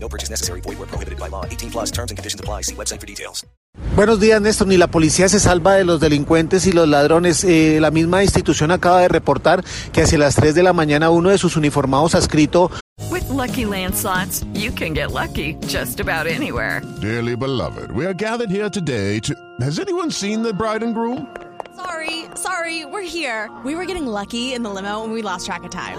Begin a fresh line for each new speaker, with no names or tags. No purchase necessary. Void where prohibited by law. 18 plus terms and conditions apply. See website for details.
Buenos días, Néstor. Ni la policía se salva de los delincuentes y los ladrones. Eh, la misma institución acaba de reportar que hacia las 3 de la mañana uno de sus uniformados adscrito
With Lucky Land slots, you can get lucky just about anywhere.
Dearly beloved, we are gathered here today to. Has anyone seen the bride and groom?
Sorry, sorry, we're here. We were getting lucky in the limo and we lost track of time.